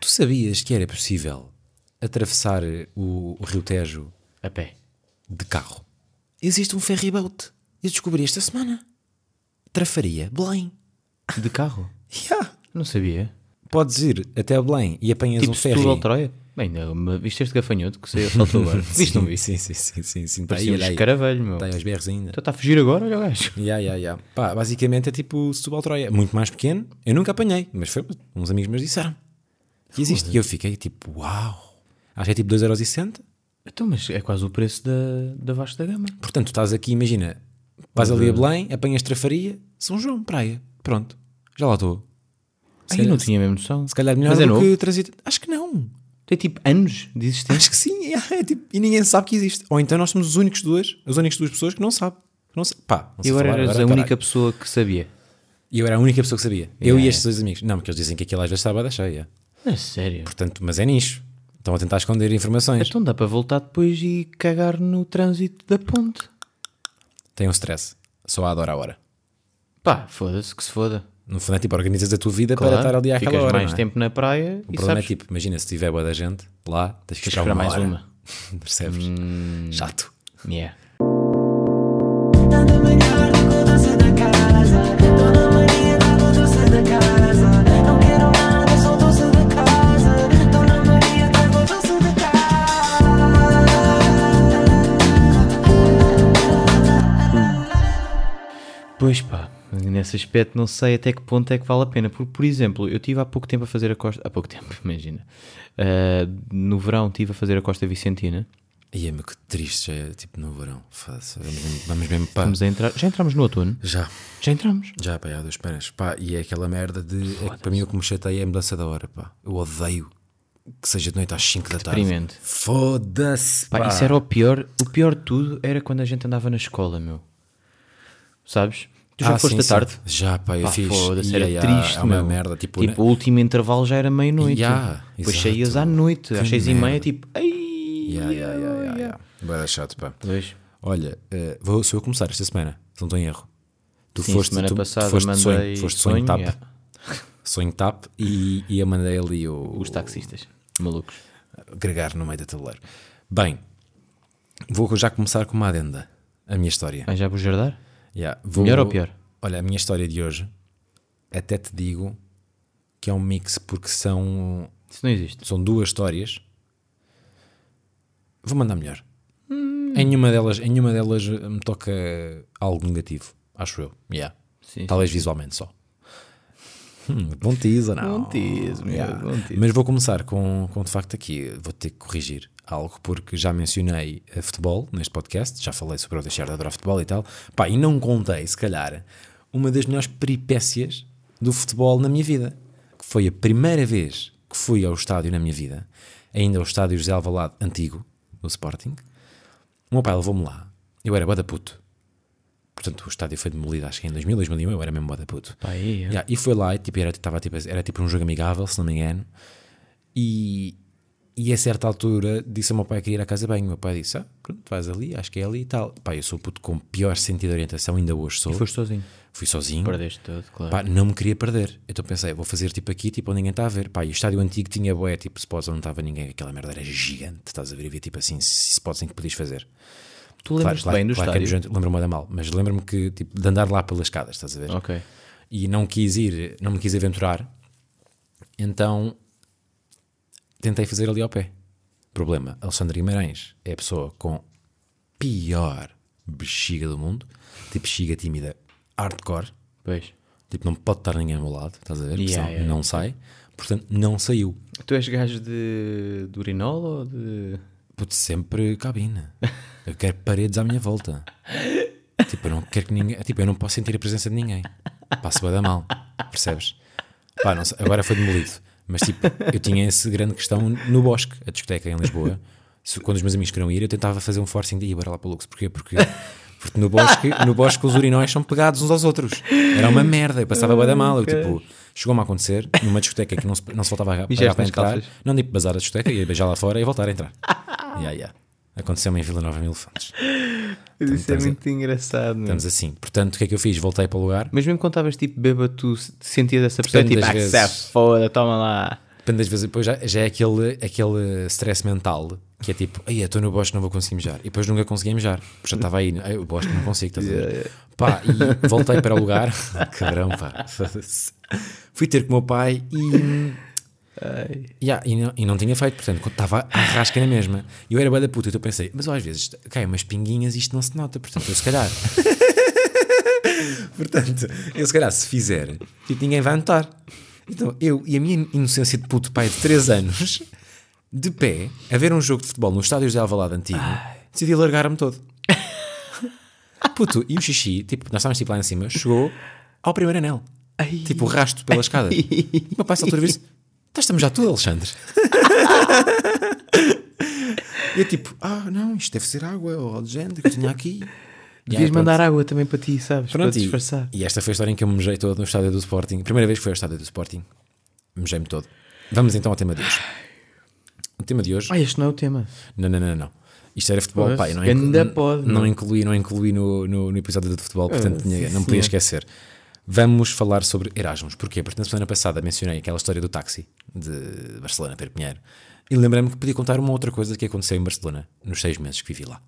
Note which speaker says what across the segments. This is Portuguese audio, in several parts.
Speaker 1: Tu sabias que era possível atravessar o, o Rio Tejo
Speaker 2: A pé.
Speaker 1: de carro? Existe um ferry boat. Eu descobri esta semana. Trafaria Belém.
Speaker 2: De carro?
Speaker 1: Yeah.
Speaker 2: Não sabia.
Speaker 1: Podes ir até Belém e apanhas
Speaker 2: Tipo
Speaker 1: um ferry.
Speaker 2: Setúbal, Troia? Bem, não, mas viste este gafanhoto que saiu saltou agora? Viste, não viste?
Speaker 1: Sim, sim, sim, sim. sim. Tá aí,
Speaker 2: Parecia um
Speaker 1: olha aí.
Speaker 2: escaravelho, meu.
Speaker 1: Tá aí aos berros ainda.
Speaker 2: Então está a fugir agora, olha o gajo.
Speaker 1: Ya, ya, ya. Pá, basicamente é tipo Setúbal Troia, muito mais pequeno. Eu nunca apanhei, mas foi, uns amigos meus disseram que existe. E eu fiquei tipo, uau, acho que é tipo 2,60€.
Speaker 2: Então, mas é quase o preço da, da Vasco da Gama.
Speaker 1: Portanto, tu estás aqui, imagina, vais ali a
Speaker 2: Uhum.
Speaker 1: Belém, apanhas Trafaria, São João, praia, pronto, já lá estou.
Speaker 2: Aí não tinha mesmo noção.
Speaker 1: Se calhar melhor
Speaker 2: Mas é
Speaker 1: do
Speaker 2: novo?
Speaker 1: que trânsito. Acho que não.
Speaker 2: Tem tipo anos de existência.
Speaker 1: Acho que sim, é, tipo, e ninguém sabe que existe. Ou então nós somos os únicos duas, as únicas duas pessoas que não sabem. Não sa- Pá, não
Speaker 2: E
Speaker 1: sei
Speaker 2: agora
Speaker 1: falar,
Speaker 2: eras a
Speaker 1: caralho.
Speaker 2: única pessoa que sabia.
Speaker 1: E eu era a única pessoa que sabia. Eu e estes dois amigos. Não, porque eles dizem que aquilo às vezes estava da cheia.
Speaker 2: É sério.
Speaker 1: Portanto, mas é nicho. Estão a tentar esconder informações.
Speaker 2: Então dá para voltar depois e cagar no trânsito da ponte. Então-
Speaker 1: Tem um stress. Só a adora a hora.
Speaker 2: Pá, foda-se que se foda.
Speaker 1: No fundo é tipo, organizas a tua vida para
Speaker 2: Claro,
Speaker 1: estar ali àquela
Speaker 2: ficas
Speaker 1: hora.
Speaker 2: mais
Speaker 1: não é?
Speaker 2: tempo na praia
Speaker 1: O
Speaker 2: e
Speaker 1: problema
Speaker 2: sabes
Speaker 1: é tipo, imagina se tiver boa da gente lá, tens que
Speaker 2: que
Speaker 1: ficar
Speaker 2: esperar
Speaker 1: uma
Speaker 2: mais
Speaker 1: hora.
Speaker 2: uma. Hum.
Speaker 1: Percebes? Chato.
Speaker 2: Yeah.
Speaker 3: Ana Maria da doce da casa, Dona Maria da doce da casa. Não quero nada, sou doce da casa. Dona Maria da doce da casa.
Speaker 2: Pois pá, nesse aspecto não sei até que ponto é que vale a pena. Porque, por exemplo, eu estive há pouco tempo a fazer a costa. Há pouco tempo, imagina. Ah, no verão estive a fazer a Costa Vicentina.
Speaker 1: E é-me que triste, já é tipo no verão. Faça, Vamos, mesmo- vamos mesmo para.
Speaker 2: Vamos a entrar. Já entramos no outono?
Speaker 1: Já,
Speaker 2: Já entramos.
Speaker 1: já, pá, há duas penas. Pá, e é aquela merda de. É que para mim o que me chateia é a mudança da hora, pá. Eu odeio que seja de noite às 5 da tarde.
Speaker 2: deprimente.
Speaker 1: Foda-se,
Speaker 2: Pá,
Speaker 1: pá.
Speaker 2: isso era o pior. O pior de tudo era quando a gente andava na escola, meu. Sabes? Tu já
Speaker 1: Ah,
Speaker 2: foste
Speaker 1: sim,
Speaker 2: à
Speaker 1: sim.
Speaker 2: tarde?
Speaker 1: Já, pá, eu
Speaker 2: Pá,
Speaker 1: fiz.
Speaker 2: foda-se,
Speaker 1: Ia,
Speaker 2: era
Speaker 1: ia,
Speaker 2: triste,
Speaker 1: é uma
Speaker 2: meu.
Speaker 1: merna, tipo,
Speaker 2: o último intervalo já era meia-noite.
Speaker 1: Ya,
Speaker 2: Depois
Speaker 1: exato.
Speaker 2: saías à noite, às
Speaker 1: Que
Speaker 2: seis e meia,
Speaker 1: merda.
Speaker 2: tipo... Ai,
Speaker 1: Ya, ya, ya, ya, ya. Bué da chato, pá.
Speaker 2: Pois.
Speaker 1: Olha, eh, vou, sou eu a começar esta semana, se não estou em erro. Tu
Speaker 2: Sim, semana
Speaker 1: tu- tu
Speaker 2: passada
Speaker 1: foste
Speaker 2: mandei
Speaker 1: sonho, foste sonho,
Speaker 2: sonho, é.
Speaker 1: tap,
Speaker 2: yeah.
Speaker 1: sonho tap e, e eu mandei ali o,
Speaker 2: Os taxistas, malucos.
Speaker 1: gregar no meio da tabuleiro. Bem, vou já começar com uma adenda, a minha história.
Speaker 2: Ah, já vou jardar?
Speaker 1: Yeah, vou-
Speaker 2: Melhor ou pior?
Speaker 1: Olha, a minha história de hoje, até te digo que é um mix, porque são,
Speaker 2: Isso não existe.
Speaker 1: são duas histórias. Vou mandar melhor. Em, nenhuma delas, em nenhuma delas eh, me toca algo negativo, acho eu. Yeah.
Speaker 2: Sim,
Speaker 1: Talvez visualmente só. Hum, bom teaser, não.
Speaker 2: tease, meu, bom tease.
Speaker 1: Mas vou começar com, com, de facto, aqui vou ter que corrigir algo, porque já mencionei eh, futebol neste podcast, já falei sobre eu deixar de adorar futebol e tal. Pá, e não contei, se calhar, uma das melhores peripécias do futebol na minha vida, que foi a primeira vez que fui ao estádio na minha vida, ainda ao estádio José Alvalade antigo, no Sporting. O meu pai levou-me lá, eu era bada puto. Portanto, o estádio foi demolido, acho que em 2000, 2001, eu era mesmo bada puto.
Speaker 2: Pá, aí, é.
Speaker 1: Yeah, e foi lá, e tipo, era, tava, tipo, era tipo um jogo amigável, se não me engano. E, e a certa altura disse ao meu pai que ia ir à casa bem. O meu pai disse: Ah, pronto, vais ali, acho que é ali e tal. Pá, eu sou o puto com o pior sentido de orientação, ainda hoje sou.
Speaker 2: Foste é? sozinho.
Speaker 1: Fui sozinho.
Speaker 2: Perdeste todo, claro.
Speaker 1: Pá, não me queria perder. Então pensei, vou fazer tipo aqui, tipo onde ninguém está a ver. Pá, e o estádio antigo tinha boé, tipo spots onde não estava ninguém. Aquela merda era gigante, estás a ver? Havia tipo assim spots em que podias fazer.
Speaker 2: tu lembras-te bem do
Speaker 1: claro que é
Speaker 2: estádio?
Speaker 1: nojento, Lembro-me da mal, mas lembro-me que tipo, de andar lá pelas escadas, estás a ver?
Speaker 2: Ok.
Speaker 1: e não quis ir, não me quis aventurar, então tentei fazer ali ao pé. Problema: Alexandre Guimarães é a pessoa com pior bexiga do mundo, tipo bexiga tímida hardcore,
Speaker 2: Pois.
Speaker 1: tipo não pode estar ninguém ao meu lado, estás a ver?
Speaker 2: Yeah,
Speaker 1: Senão
Speaker 2: yeah.
Speaker 1: Não sai, portanto não saiu.
Speaker 2: Tu és gajo de, de urinol ou de...
Speaker 1: Puto, sempre cabina. Eu quero paredes à minha volta. Tipo, eu não quero que ninguém. Tipo, eu não posso sentir a presença de ninguém. Passo a dar mal. Percebes? Pá, não sei, agora foi demolido. Mas tipo, eu tinha essa grande questão no bosque, a discoteca em Lisboa. Se- quando os meus amigos queriam ir, eu tentava fazer um forcing de ir bora lá para o Lux. Porquê? Porque, porque no, bosque, no bosque os urinóis são pegados uns aos outros. Era uma merda. Eu passava a dar mal. Eu tipo, chegou-me a acontecer numa discoteca que não se, não se voltava a pagar para
Speaker 2: Mijaste é nas
Speaker 1: entrar.
Speaker 2: calças?
Speaker 1: Não, tipo, bazar a discoteca, ia beijar lá fora e voltar a entrar. yeah, yeah. Aconteceu-me em Vila Nova em Elefantes.
Speaker 2: Isso é
Speaker 1: estamos a-
Speaker 2: muito engraçado, meu.
Speaker 1: Estamos assim. Portanto, o que é que eu fiz? Voltei para o lugar.
Speaker 2: Mas mesmo quando estavas tipo bêbado, tu se- sentias essa pessoa,
Speaker 1: Tantas
Speaker 2: tipo, ah, que
Speaker 1: vezes.
Speaker 2: se foda, toma lá.
Speaker 1: depende das vezes, depois já, já é aquele, aquele stress mental que é tipo, ai, eu estou no Bosque, não vou conseguir mijar. E depois nunca consegui mijar, porque já estava aí, "Ai, o Bosque não consigo, estás a ver? Pá, e voltei para o lugar, cabrão, pá. Fui ter com o meu pai e. Yeah, e, não, e não tinha feito, portanto, quando estava à rasca na mesma. E eu era bué da puta, então eu pensei, mas ó, às vezes cai umas pinguinhas e isto não se nota, portanto, eu se calhar. portanto, eu se calhar se fizer, tipo, ninguém vai notar. Então, eu e a minha inocência de puto pai de 3 anos, de pé, a ver um jogo de futebol no estádio de Alvalade antigo, decidi largar-me todo. Puto, e o xixi, tipo, nós estávamos tipo lá em cima, chegou ao primeiro anel. Tipo, rasto pela escada. O meu pai saltou a ver-se, "Então estamos já tudo, Alexandre. e eu tipo, ah, não, isto deve ser água, ou Alexandre, que tinha aqui. E aí,
Speaker 2: Devias
Speaker 1: pronto.
Speaker 2: mandar água também para ti, sabes? para
Speaker 1: Pronto, e-
Speaker 2: disfarçar.
Speaker 1: E esta foi a história em que eu me mejei todo no estádio do Sporting. Primeira vez que foi ao estádio do Sporting, mejei-me todo. Vamos então ao tema de hoje. O tema de hoje.
Speaker 2: Ah, este não é o tema.
Speaker 1: Não, não, não, não, não. Isto era futebol,
Speaker 2: Pois,
Speaker 1: pai. Não,
Speaker 2: ganda
Speaker 1: não-
Speaker 2: pod,
Speaker 1: não
Speaker 2: meu.
Speaker 1: incluí, não incluí no, no, no episódio do futebol, portanto tinha-
Speaker 2: Ah, sim,
Speaker 1: não podia
Speaker 2: senhor.
Speaker 1: esquecer. Vamos falar sobre Erasmus. Porquê? Porque na semana passada mencionei aquela história do táxi de Barcelona para Pinheiro. E lembrei-me que podia contar uma outra coisa que aconteceu em Barcelona nos seis meses que vivi lá.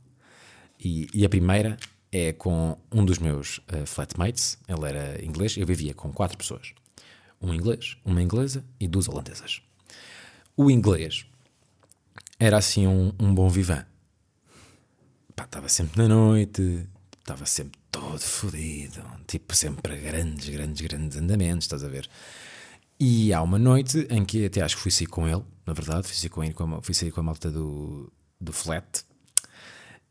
Speaker 1: E, e a primeira é com um dos meus eh, flatmates. Ele era inglês. Eu vivia com quatro pessoas: um inglês, uma inglesa e duas holandesas. O inglês era assim um, um bom vivan. Pá, Estava sempre na noite, estava sempre todo fodido, tipo sempre a grandes, grandes, grandes andamentos, estás a ver? E há uma noite em que até acho que fui sair com ele, na verdade, fui sair com, ele, com a, ma- fui sair com a malta do, do flat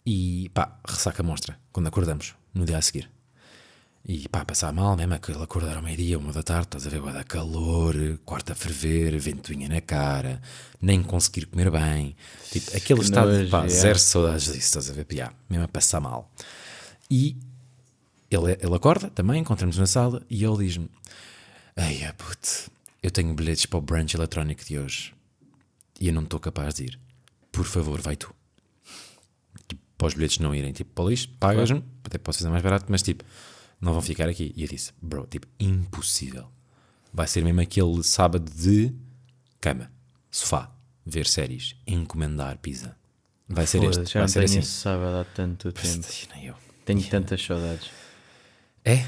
Speaker 1: e pá, ressaca monstra quando acordamos no dia a seguir. E pá, passar mal mesmo, aquele acordar ao meio-dia, uma da tarde, estás a ver, vai dar calor, quarto a ferver, ventoinha na cara, nem conseguir comer bem. Tipo, aquele
Speaker 2: Que
Speaker 1: estado de
Speaker 2: nojo,
Speaker 1: pá,
Speaker 2: é.
Speaker 1: zero saudades disso, estás a ver, piá, mesmo a passar mal. E ele, é, ele acorda também, encontramos na sala e ele diz-me: Ei, ah, puto, eu tenho bilhetes para o brunch eletrónico de hoje e eu não estou capaz de ir. Por favor, vai tu. Tipo, para os bilhetes não irem tipo para o lixo, pagas-me, até posso fazer mais barato, mas tipo, não vão ficar aqui. E eu disse: Bro, tipo, impossível. Vai ser mesmo aquele sábado de cama, sofá, ver séries, encomendar pizza. Vai ser
Speaker 2: Foda-se,
Speaker 1: este,
Speaker 2: já
Speaker 1: vai
Speaker 2: não
Speaker 1: ser
Speaker 2: tenho
Speaker 1: assim.
Speaker 2: esse sábado há tanto tempo.
Speaker 1: Nem eu.
Speaker 2: Tenho tantas saudades.
Speaker 1: É,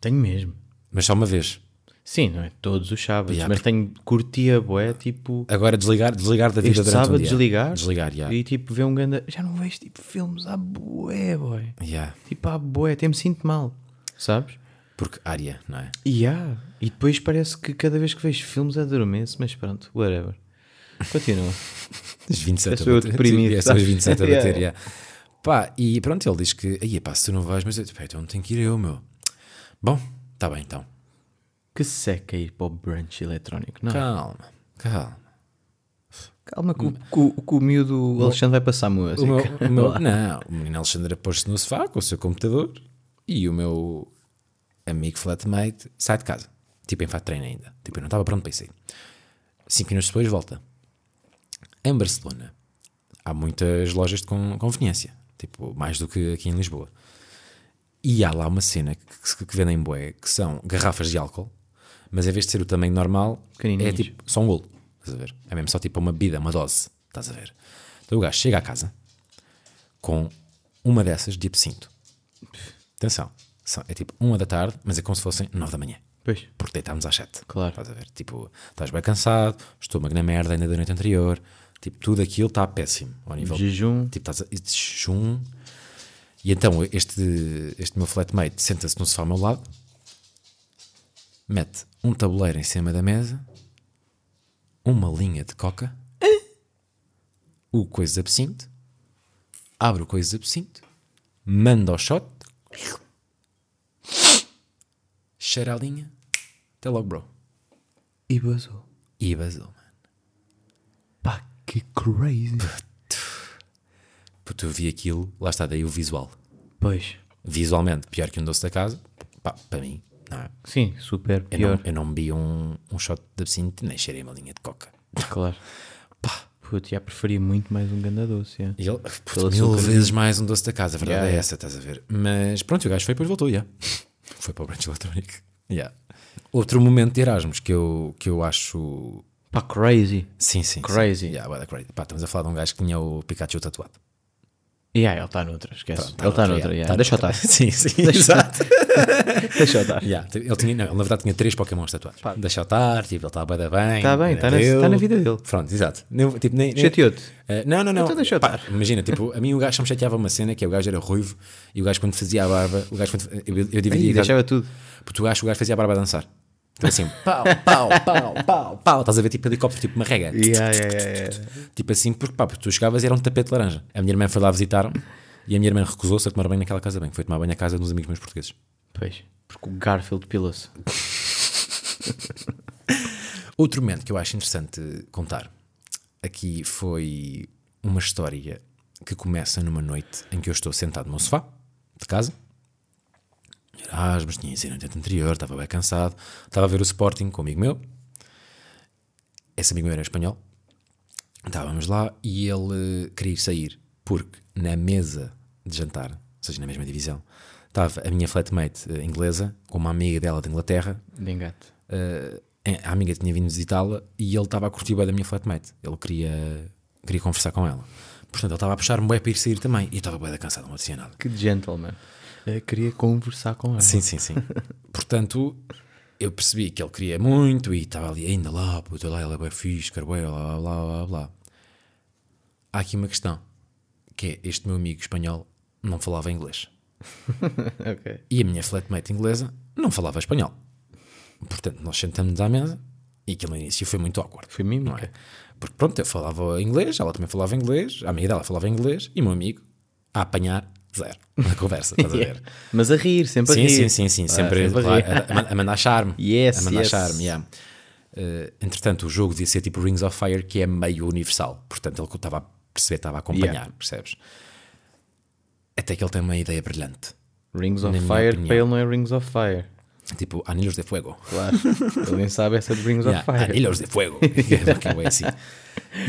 Speaker 2: Tenho mesmo.
Speaker 1: mas só uma vez.
Speaker 2: Sim, não é todos os sábados,
Speaker 1: Yeah,
Speaker 2: mas tenho curti a boé, tipo,
Speaker 1: Agora desligar, desligar da vida
Speaker 2: este
Speaker 1: durante
Speaker 2: sábado
Speaker 1: um dia.
Speaker 2: desligar,
Speaker 1: Desligar, já.
Speaker 2: e tipo ver um ganda, já não vejo tipo filmes à boé, boy.
Speaker 1: Já.
Speaker 2: Tipo à boé, até me sinto mal, sabes?
Speaker 1: Porque área, não é?
Speaker 2: E há, e depois parece que cada vez que vejo filmes adormeço, mas pronto, whatever. Continua.
Speaker 1: Os 27
Speaker 2: Sou eu deprimido,
Speaker 1: É só os
Speaker 2: sabes?
Speaker 1: 27 a
Speaker 2: Yeah.
Speaker 1: bater, já. Pá, e pronto, ele diz que, aí pá, se tu não vais, mas eu, pá, então tenho que ir eu, meu. Bom, tá bem então.
Speaker 2: que seca ir para o brunch eletrónico, não? é?
Speaker 1: Calma, calma.
Speaker 2: Calma que o, que o- que o miúdo Alexandre vai passar música.
Speaker 1: O meu, o meu- não, o menino Alexandre pôs-se no sofá com o seu computador e o meu amigo flatmate sai de casa. Tipo, em fato de treino ainda. Tipo, eu não estava pronto para isso aí. Cinco minutos depois volta. Em Barcelona há muitas lojas de con- conveniência. Tipo, mais do que aqui em Lisboa. E há lá uma cena que, que, se- que vendem bué, que são garrafas de álcool, mas em vez de ser o tamanho normal, é
Speaker 2: Pequenininhas.
Speaker 1: tipo só um golo. Estás a ver? É mesmo só tipo uma bebida, uma dose. Estás a ver? Então o gajo chega à casa com uma dessas de absinto. Atenção, são- é tipo uma da tarde, mas é como se fossem nove da manhã.
Speaker 2: Pois.
Speaker 1: Porque deitámos às sete.
Speaker 2: Claro.
Speaker 1: Estás a ver? Tipo, estás bem cansado, estômago na merda ainda da noite anterior. Tipo, tudo aquilo está péssimo ao nível
Speaker 2: Jejum.
Speaker 1: Tipo, estás a e jejum. E então este, este meu flatmate senta-se no sofá ao meu lado, mete um tabuleiro em cima da mesa, uma linha de coca, o coisa de absinto, abre o coisa de absinto, manda o shot, cheira a linha, até logo, bro.
Speaker 2: E
Speaker 1: Tipo,
Speaker 2: basou.
Speaker 1: E vazou, mano.
Speaker 2: Pá, que crazy.
Speaker 1: Porque eu vi aquilo, lá está daí o visual.
Speaker 2: Pois.
Speaker 1: visualmente pior que um doce da casa, pá, para mim, não é?
Speaker 2: Sim, super
Speaker 1: Eu
Speaker 2: pior.
Speaker 1: não, eu não bebi um, um shot de absinto, nem cheirei uma linha de coca.
Speaker 2: Claro. Puto, já preferia muito mais um ganda doce. já.
Speaker 1: E ele, puto,
Speaker 2: Pelo
Speaker 1: mil
Speaker 2: açúcar.
Speaker 1: vezes mais um doce da casa, a verdade
Speaker 2: Yeah,
Speaker 1: é
Speaker 2: yeah.
Speaker 1: essa, estás a ver? Mas pronto, o gajo foi e depois voltou, yeah. foi para o branch eletrónico. Yeah. Outro momento de Erasmus que eu, que eu acho
Speaker 2: Pá, crazy.
Speaker 1: Sim, sim. sim.
Speaker 2: Crazy.
Speaker 1: Yeah, bué da crazy. Pá, estamos a falar de um gajo que tinha o Pikachu tatuado.
Speaker 2: E aí, ele está noutra, esquece.
Speaker 1: Tá
Speaker 2: ele está
Speaker 1: noutra, yeah,
Speaker 2: noutra, yeah.
Speaker 1: tá
Speaker 2: deixa eu
Speaker 1: noutra.
Speaker 2: estar.
Speaker 1: Sim, sim, exato.
Speaker 2: Deixa eu estar.
Speaker 1: Yeah, ele, tinha, não, ele na verdade tinha três Pokémons tatuados.
Speaker 2: Pá.
Speaker 1: Deixa eu estar, tipo, ele está bué da bem.
Speaker 2: Tá bem,
Speaker 1: bué
Speaker 2: tá
Speaker 1: da
Speaker 2: na-
Speaker 1: dele.
Speaker 2: tá na vida dele.
Speaker 1: Pronto, exato. Nem- tipo, nem- nem-
Speaker 2: Chateou-te?
Speaker 1: Eh, não, não, não.
Speaker 2: Então deixa eu
Speaker 1: Pá,
Speaker 2: estar.
Speaker 1: imagina, tipo, a mim o gajo só me chateava uma cena que é o gajo era ruivo e o gajo quando fazia a barba, o gajo quando, eu, eu dividia.
Speaker 2: Ih,
Speaker 1: a idade-
Speaker 2: deixava tudo.
Speaker 1: Porque o gajo, o gajo fazia a barba a dançar. Então assim, pau, pau, pau, pau, pau. Estás a ver tipo helicóptero, tipo uma rega.
Speaker 2: Yeah, yeah, yeah, yeah.
Speaker 1: Tipo assim, porque pá, porque tu chegavas e era um tapete de laranja. A minha irmã foi lá visitar-me e a minha irmã recusou-se a tomar banho naquela casa bem. Foi tomar banho à casa de uns amigos meus portugueses.
Speaker 2: Pois, porque o Garfield pila-se.
Speaker 1: Outro momento que eu acho interessante contar aqui foi uma história que começa numa noite em que eu estou sentado no meu sofá de casa. Erasmus, tinha sido na noite anterior, estava bem cansado, estava a ver o Sporting com um amigo meu. Esse amigo meu era espanhol. Estávamos lá e ele eh, queria ir sair porque na mesa de jantar, ou seja, na mesma divisão, estava a minha flatmate eh, inglesa com uma amiga dela de Inglaterra
Speaker 2: De engate.
Speaker 1: eh, a amiga tinha vindo visitá-la e ele estava a curtir bem da minha flatmate. Ele queria, queria conversar com ela. Portanto, ele estava a puxar-me bué para ir sair também. E eu estava bem cansado, não dizia nada.
Speaker 2: Que gentleman. Eu Eh, queria conversar com ela.
Speaker 1: Sim, sim, sim. Portanto, eu percebi que ele queria muito e estava ali ainda lá, puto, lá, ele é bem fixe, quero bué, blá, blá, blá, blá, blá. Há aqui uma questão, que é este meu amigo espanhol não falava inglês.
Speaker 2: Ok.
Speaker 1: E a minha flatmate inglesa não falava espanhol. Portanto, nós sentamos-nos à mesa e aquilo no início foi muito awkward.
Speaker 2: Foi mimo,
Speaker 1: não é? Porque pronto, eu falava inglês, ela também falava inglês, a amiga dela falava inglês e o meu amigo a apanhar zero na conversa, estás a ver?
Speaker 2: Mas a rir, sempre a
Speaker 1: sim,
Speaker 2: rir.
Speaker 1: sim, sim, sim,
Speaker 2: Ah,
Speaker 1: sempre
Speaker 2: a
Speaker 1: claro,
Speaker 2: rir.
Speaker 1: a, a- a mandar charme.
Speaker 2: Yes,
Speaker 1: a mandar
Speaker 2: yes.
Speaker 1: charme, yeah. Eh, entretanto, o jogo devia ser tipo Rings of Fire, que é meio universal. Portanto, ele estava a perceber, estava a acompanhar,
Speaker 2: Yeah.
Speaker 1: percebes? Até que ele tem uma ideia brilhante.
Speaker 2: Rings
Speaker 1: Na
Speaker 2: of
Speaker 1: minha
Speaker 2: Fire,
Speaker 1: opinião.
Speaker 2: para ele não é Rings of Fire.
Speaker 1: Tipo, Anilhos de Fuego.
Speaker 2: Claro. ele nem sabe essa de Rings
Speaker 1: Yeah, Ah,
Speaker 2: of Fire.
Speaker 1: Anilhos de Fuego. Que é bué assim.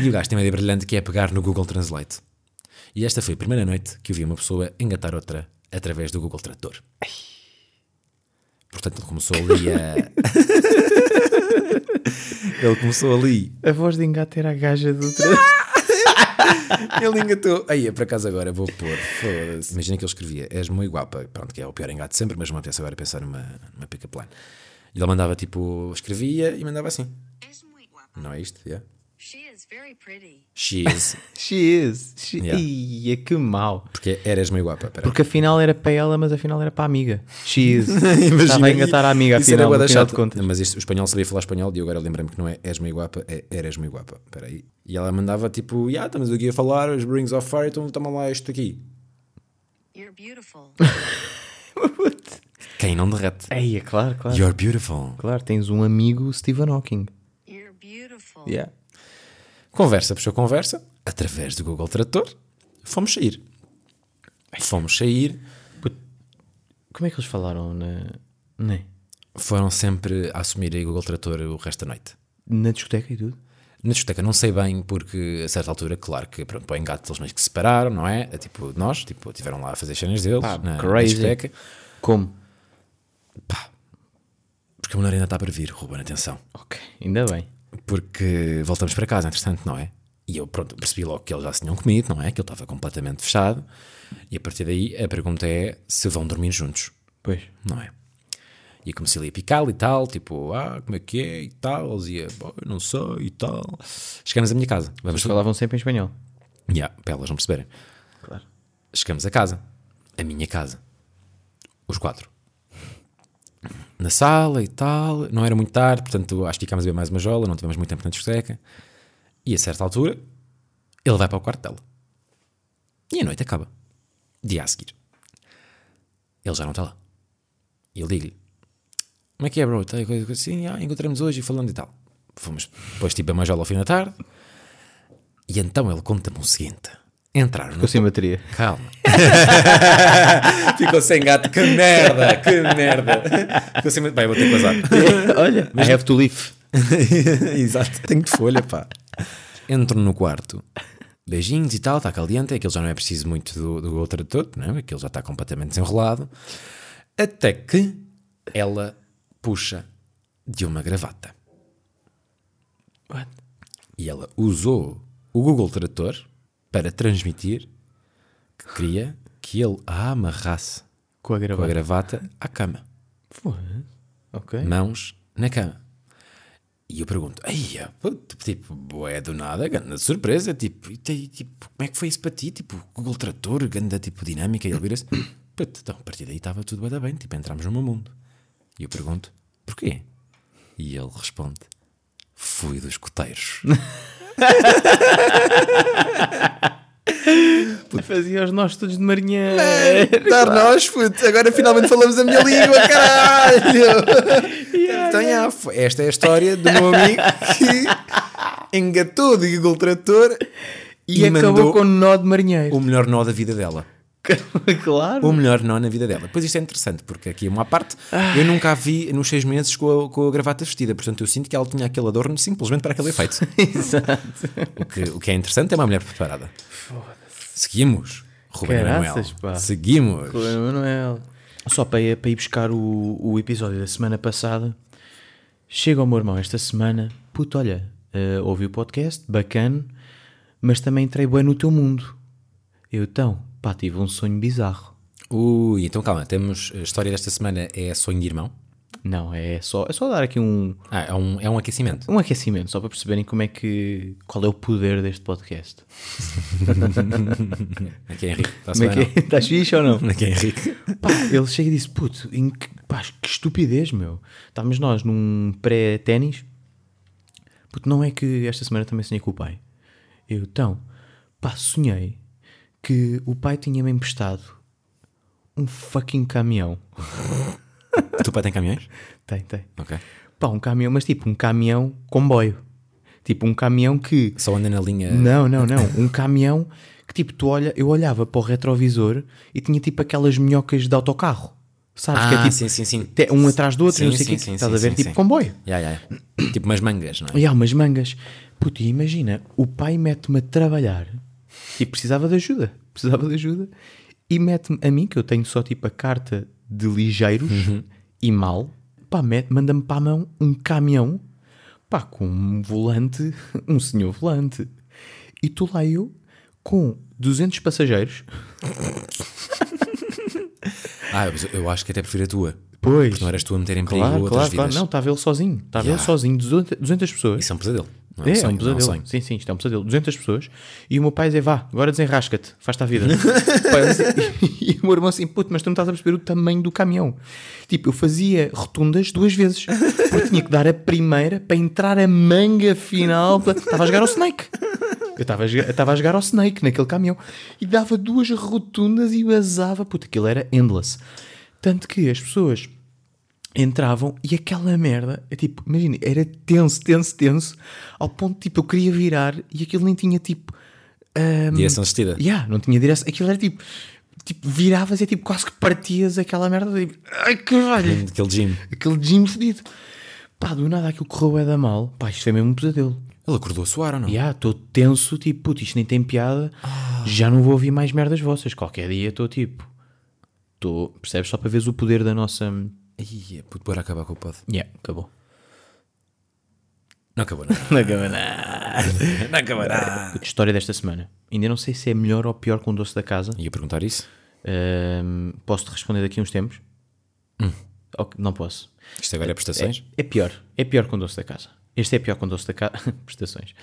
Speaker 1: E o gajo tem uma ideia brilhante que é pegar no Google Translate. E esta foi a primeira noite que eu vi uma pessoa engatar outra através do Google Tradutor. Portanto, ele começou ali a. ele começou ali.
Speaker 2: A voz de engate era a gaja do outro.
Speaker 1: Ele engatou. Aí, é por acaso agora vou pôr. Foda-se. Imagina que ele escrevia: És muito guapa. Pronto, que é o pior engate sempre, mas não me apetece agora pensar numa, numa pick-up line. E ele mandava tipo: Escrevia e mandava assim.
Speaker 4: Es muy guapa.
Speaker 1: Não é isto? Yeah.
Speaker 4: She is very pretty.
Speaker 1: She is.
Speaker 2: She is. She...
Speaker 1: Yeah.
Speaker 2: Ia, que mal.
Speaker 1: Porque eras meio guapa. Peraí.
Speaker 2: Porque afinal era para ela, mas afinal era para a amiga. She is. Estava a engatar a amiga,
Speaker 1: Isso era
Speaker 2: afinal,
Speaker 1: bué da
Speaker 2: no final
Speaker 1: chato.
Speaker 2: de contas.
Speaker 1: Mas isto, o espanhol sabia falar espanhol e eu agora lembrei-me que não é és meio guapa, é eras meio guapa. Espera aí. E ela mandava tipo, já estamos aqui a falar, os Brings of Fire, então toma lá isto aqui.
Speaker 4: You're beautiful.
Speaker 1: Quem não derrete?
Speaker 2: Ei, é claro, claro.
Speaker 1: You're beautiful.
Speaker 2: Claro, tens um amigo Stephen Hawking.
Speaker 4: You're beautiful.
Speaker 2: Yeah.
Speaker 1: Conversa, puxou conversa, através do Google Tradutor, fomos sair. Fomos sair,
Speaker 2: Como é que eles falaram na. Nem.
Speaker 1: foram sempre a assumir aí o Google Tradutor o resto da noite.
Speaker 2: Na discoteca e tudo.
Speaker 1: Na discoteca não sei bem, porque a certa altura, claro que pronto, para o engate eles meio que se separaram, não é? É Tipo, nós, tipo, tiveram lá a fazer as cenas deles
Speaker 2: Pá,
Speaker 1: na, na
Speaker 2: crazy.
Speaker 1: discoteca.
Speaker 2: Como?
Speaker 1: Porque a mulher ainda está para vir, Ruben, atenção.
Speaker 2: Ok, ainda bem.
Speaker 1: Porque voltamos para casa, entretanto, não é? E eu, pronto, percebi logo que eles já se tinham comido, não é? Que ele estava completamente fechado. E a partir daí, a pergunta é se vão dormir juntos,
Speaker 2: Pois.
Speaker 1: não é? E eu comecei ali a picar e tal, tipo, ah, como é que é e tal. Eles iam, "Pá, eu não sei e tal. Chegamos à minha casa. Vamos
Speaker 2: Eles falavam sempre em espanhol.
Speaker 1: Yeah, para elas não perceberem.
Speaker 2: Claro.
Speaker 1: Chegamos a casa. A minha casa. Os quatro. Na sala e tal. Não era muito tarde, portanto acho que ficámos a ver mais uma jola. Não tivemos muito tempo na discoteca. E a certa altura, ele vai para o quarto dela. E a noite acaba. Dia a seguir. Ele já não está lá. E eu digo-lhe: Como é que é, bro? Tá aí coisa coisa assim? Ah, encontramos hoje e falando e tal. Fomos depois tipo a majola ao fim da tarde. E então ele conta-me o seguinte: Entraram no
Speaker 2: Ficou sem bateria.
Speaker 1: Calma. Ficou sem gato. Que merda, que merda. Ficou sem... Bem, vou ter que vazar.
Speaker 2: Olha, I have to leave.
Speaker 1: Exato. Tenho de folha, pá. Entro no quarto. Beijinhos e tal, está caliente. Aquilo já não é preciso muito do, do outro todo, não é? Aquilo já está completamente desenrolado. Até que ela puxa de uma gravata.
Speaker 2: What?
Speaker 1: E ela usou o Google Tradutor para transmitir que queria que ele a amarrasse
Speaker 2: Com a
Speaker 1: com a
Speaker 2: gravata.
Speaker 1: gravata à cama.
Speaker 2: Foda-se. Ok.
Speaker 1: mãos na cama. E eu pergunto, aí, tipo, boé do nada, grande surpresa, tipo, e tem- tipo, como é que foi isso para ti? Tipo, Google Trator, grande tipo, dinâmica, e ele vira-se, puto, então, a partir daí estava tudo bué da bem, tipo, entramos no meu mundo. E eu pergunto, porquê? E ele responde, fui dos coteiros.
Speaker 2: Fazia os nós todos de marinha.
Speaker 1: Dar Tá nós, puto, agora finalmente falamos a minha língua, caralho! Então, já, foi- esta é a história do meu amigo que engatou de Google Trator
Speaker 2: E, acabou com o nó de marinheiro.
Speaker 1: o melhor nó da vida dela.
Speaker 2: claro.
Speaker 1: O melhor nó na vida dela. Pois isto é interessante, porque aqui uma parte,
Speaker 2: Ah.
Speaker 1: eu nunca a vi nos seis meses com a, com a gravata vestida, portanto eu sinto que ela tinha aquele adorno simplesmente para aquele efeito.
Speaker 2: Exato.
Speaker 1: O que, o que é interessante é uma mulher preparada. Seguimos, Ruben
Speaker 2: Caraças,
Speaker 1: Manuel.
Speaker 2: pá.
Speaker 1: Seguimos.
Speaker 2: Manuel. Só para ir, para ir buscar o, o episódio da semana passada. Chega ao meu irmão esta semana. Puto, olha, eh, ouvi o podcast, bacana, mas também entrei bem no teu mundo. Eu então, pá, tive um sonho bizarro.
Speaker 1: Ui, então calma, temos a história desta semana é sonho de irmão.
Speaker 2: Não, é só, é só dar aqui um,
Speaker 1: Ah, é um, é um aquecimento.
Speaker 2: um aquecimento, só para perceberem como é que. qual é o poder deste podcast.
Speaker 1: Aqui é Henrique. Está-se
Speaker 2: Como é
Speaker 1: bem,
Speaker 2: que é? Estás fixe ou não?
Speaker 1: não? Aqui é Henrique.
Speaker 2: Pá, ele chega e disse: Puto, em que, pá, que estupidez, meu. Estávamos nós num pré-ténis. Puto, não é que esta semana também sonhei com o pai. Eu, então, pá, sonhei que o pai tinha-me emprestado um fucking caminhão.
Speaker 1: O teu pai tem caminhões?
Speaker 2: Tem, tem.
Speaker 1: Ok.
Speaker 2: Pá, um caminhão, mas tipo, um caminhão comboio. Tipo, um caminhão que.
Speaker 1: Só anda na linha.
Speaker 2: Não, não, não. Um caminhão que tipo, tu olha, eu olhava para o retrovisor e tinha tipo aquelas minhocas de autocarro. Sabes? que é
Speaker 1: Ah,
Speaker 2: tipo,
Speaker 1: sim, sim, sim.
Speaker 2: te- Um atrás do outro, e não sei o
Speaker 1: Sim,
Speaker 2: que,
Speaker 1: sim, sim,
Speaker 2: estás
Speaker 1: sim,
Speaker 2: a ver?
Speaker 1: sim,
Speaker 2: tipo
Speaker 1: sim.
Speaker 2: comboio.
Speaker 1: Ya, ya, ya. Tipo umas mangas, não é?
Speaker 2: E há umas mangas. Puto, e imagina, o pai mete-me a trabalhar e precisava de ajuda. Precisava de ajuda. E mete-me a mim, que eu tenho só tipo a carta de ligeiros e mal, pá, mete- manda-me para a mão um caminhão, pá, com um volante, um senhor volante. E tu lá eu, com 200 passageiros.
Speaker 1: Ah, mas eu acho que até prefiro a tua.
Speaker 2: Pois.
Speaker 1: Porque não eras tu a meter em perigo
Speaker 2: Claro,
Speaker 1: outras
Speaker 2: claro, claro.
Speaker 1: vidas.
Speaker 2: Não, estava ele sozinho. Estava
Speaker 1: Yeah.
Speaker 2: ele sozinho, 200 200 pessoas.
Speaker 1: Isso é um pesadelo. Não
Speaker 2: É,
Speaker 1: sonho,
Speaker 2: é
Speaker 1: não
Speaker 2: um pesadelo.
Speaker 1: sonho.
Speaker 2: sim, sim, isto é um pesadelo. 200 pessoas. E o meu pai dizer, vá, agora desenrasca-te, faz-te a vida. Pá, eu disse- e o meu irmão assim, puto, mas tu não estás a perceber o tamanho do caminhão. Tipo, eu fazia rotundas duas vezes. Porque tinha que dar a primeira para entrar a manga final. para- Estava a jogar ao Snake. Eu estava a, jogar- eu estava a jogar ao Snake naquele caminhão. E dava duas rotundas e basava. Puto, aquilo era endless. Tanto que as pessoas entravam e aquela merda, é tipo, imagina, era tenso, tenso, tenso, ao ponto de tipo, eu queria virar e aquilo nem tinha tipo. ahm,
Speaker 1: Direção assistida.
Speaker 2: yeah, não tinha direção. Aquilo era tipo. Tipo, viravas e é tipo, quase que partias aquela merda. Tipo, ai caralho!
Speaker 1: Daquele gym.
Speaker 2: Aquele gym fedido. Pá, do nada aquilo correu é da mal. Pá, isto foi mesmo um pesadelo.
Speaker 1: Ele acordou a suar ou não?
Speaker 2: E ah, estou tenso, tipo, puto, isto nem tem piada. Já não vou ouvir mais merdas vossas. Qualquer dia estou tipo. Tô, percebes? Só para veres o poder da nossa.
Speaker 1: Ia, puto, bora acabar com o pod.
Speaker 2: Yeah, acabou.
Speaker 1: Não acabou, não.
Speaker 2: Não acabou nada.
Speaker 1: não acabou, não.
Speaker 2: História desta semana. Ainda não sei se é melhor ou pior com o doce da casa.
Speaker 1: Ia perguntar isso?
Speaker 2: Ahm, Posso-te responder daqui a uns tempos? Ok, não posso.
Speaker 1: Isto agora é prestações?
Speaker 2: É pior. É pior com o doce da casa. Este é pior com o doce da casa. Prestações.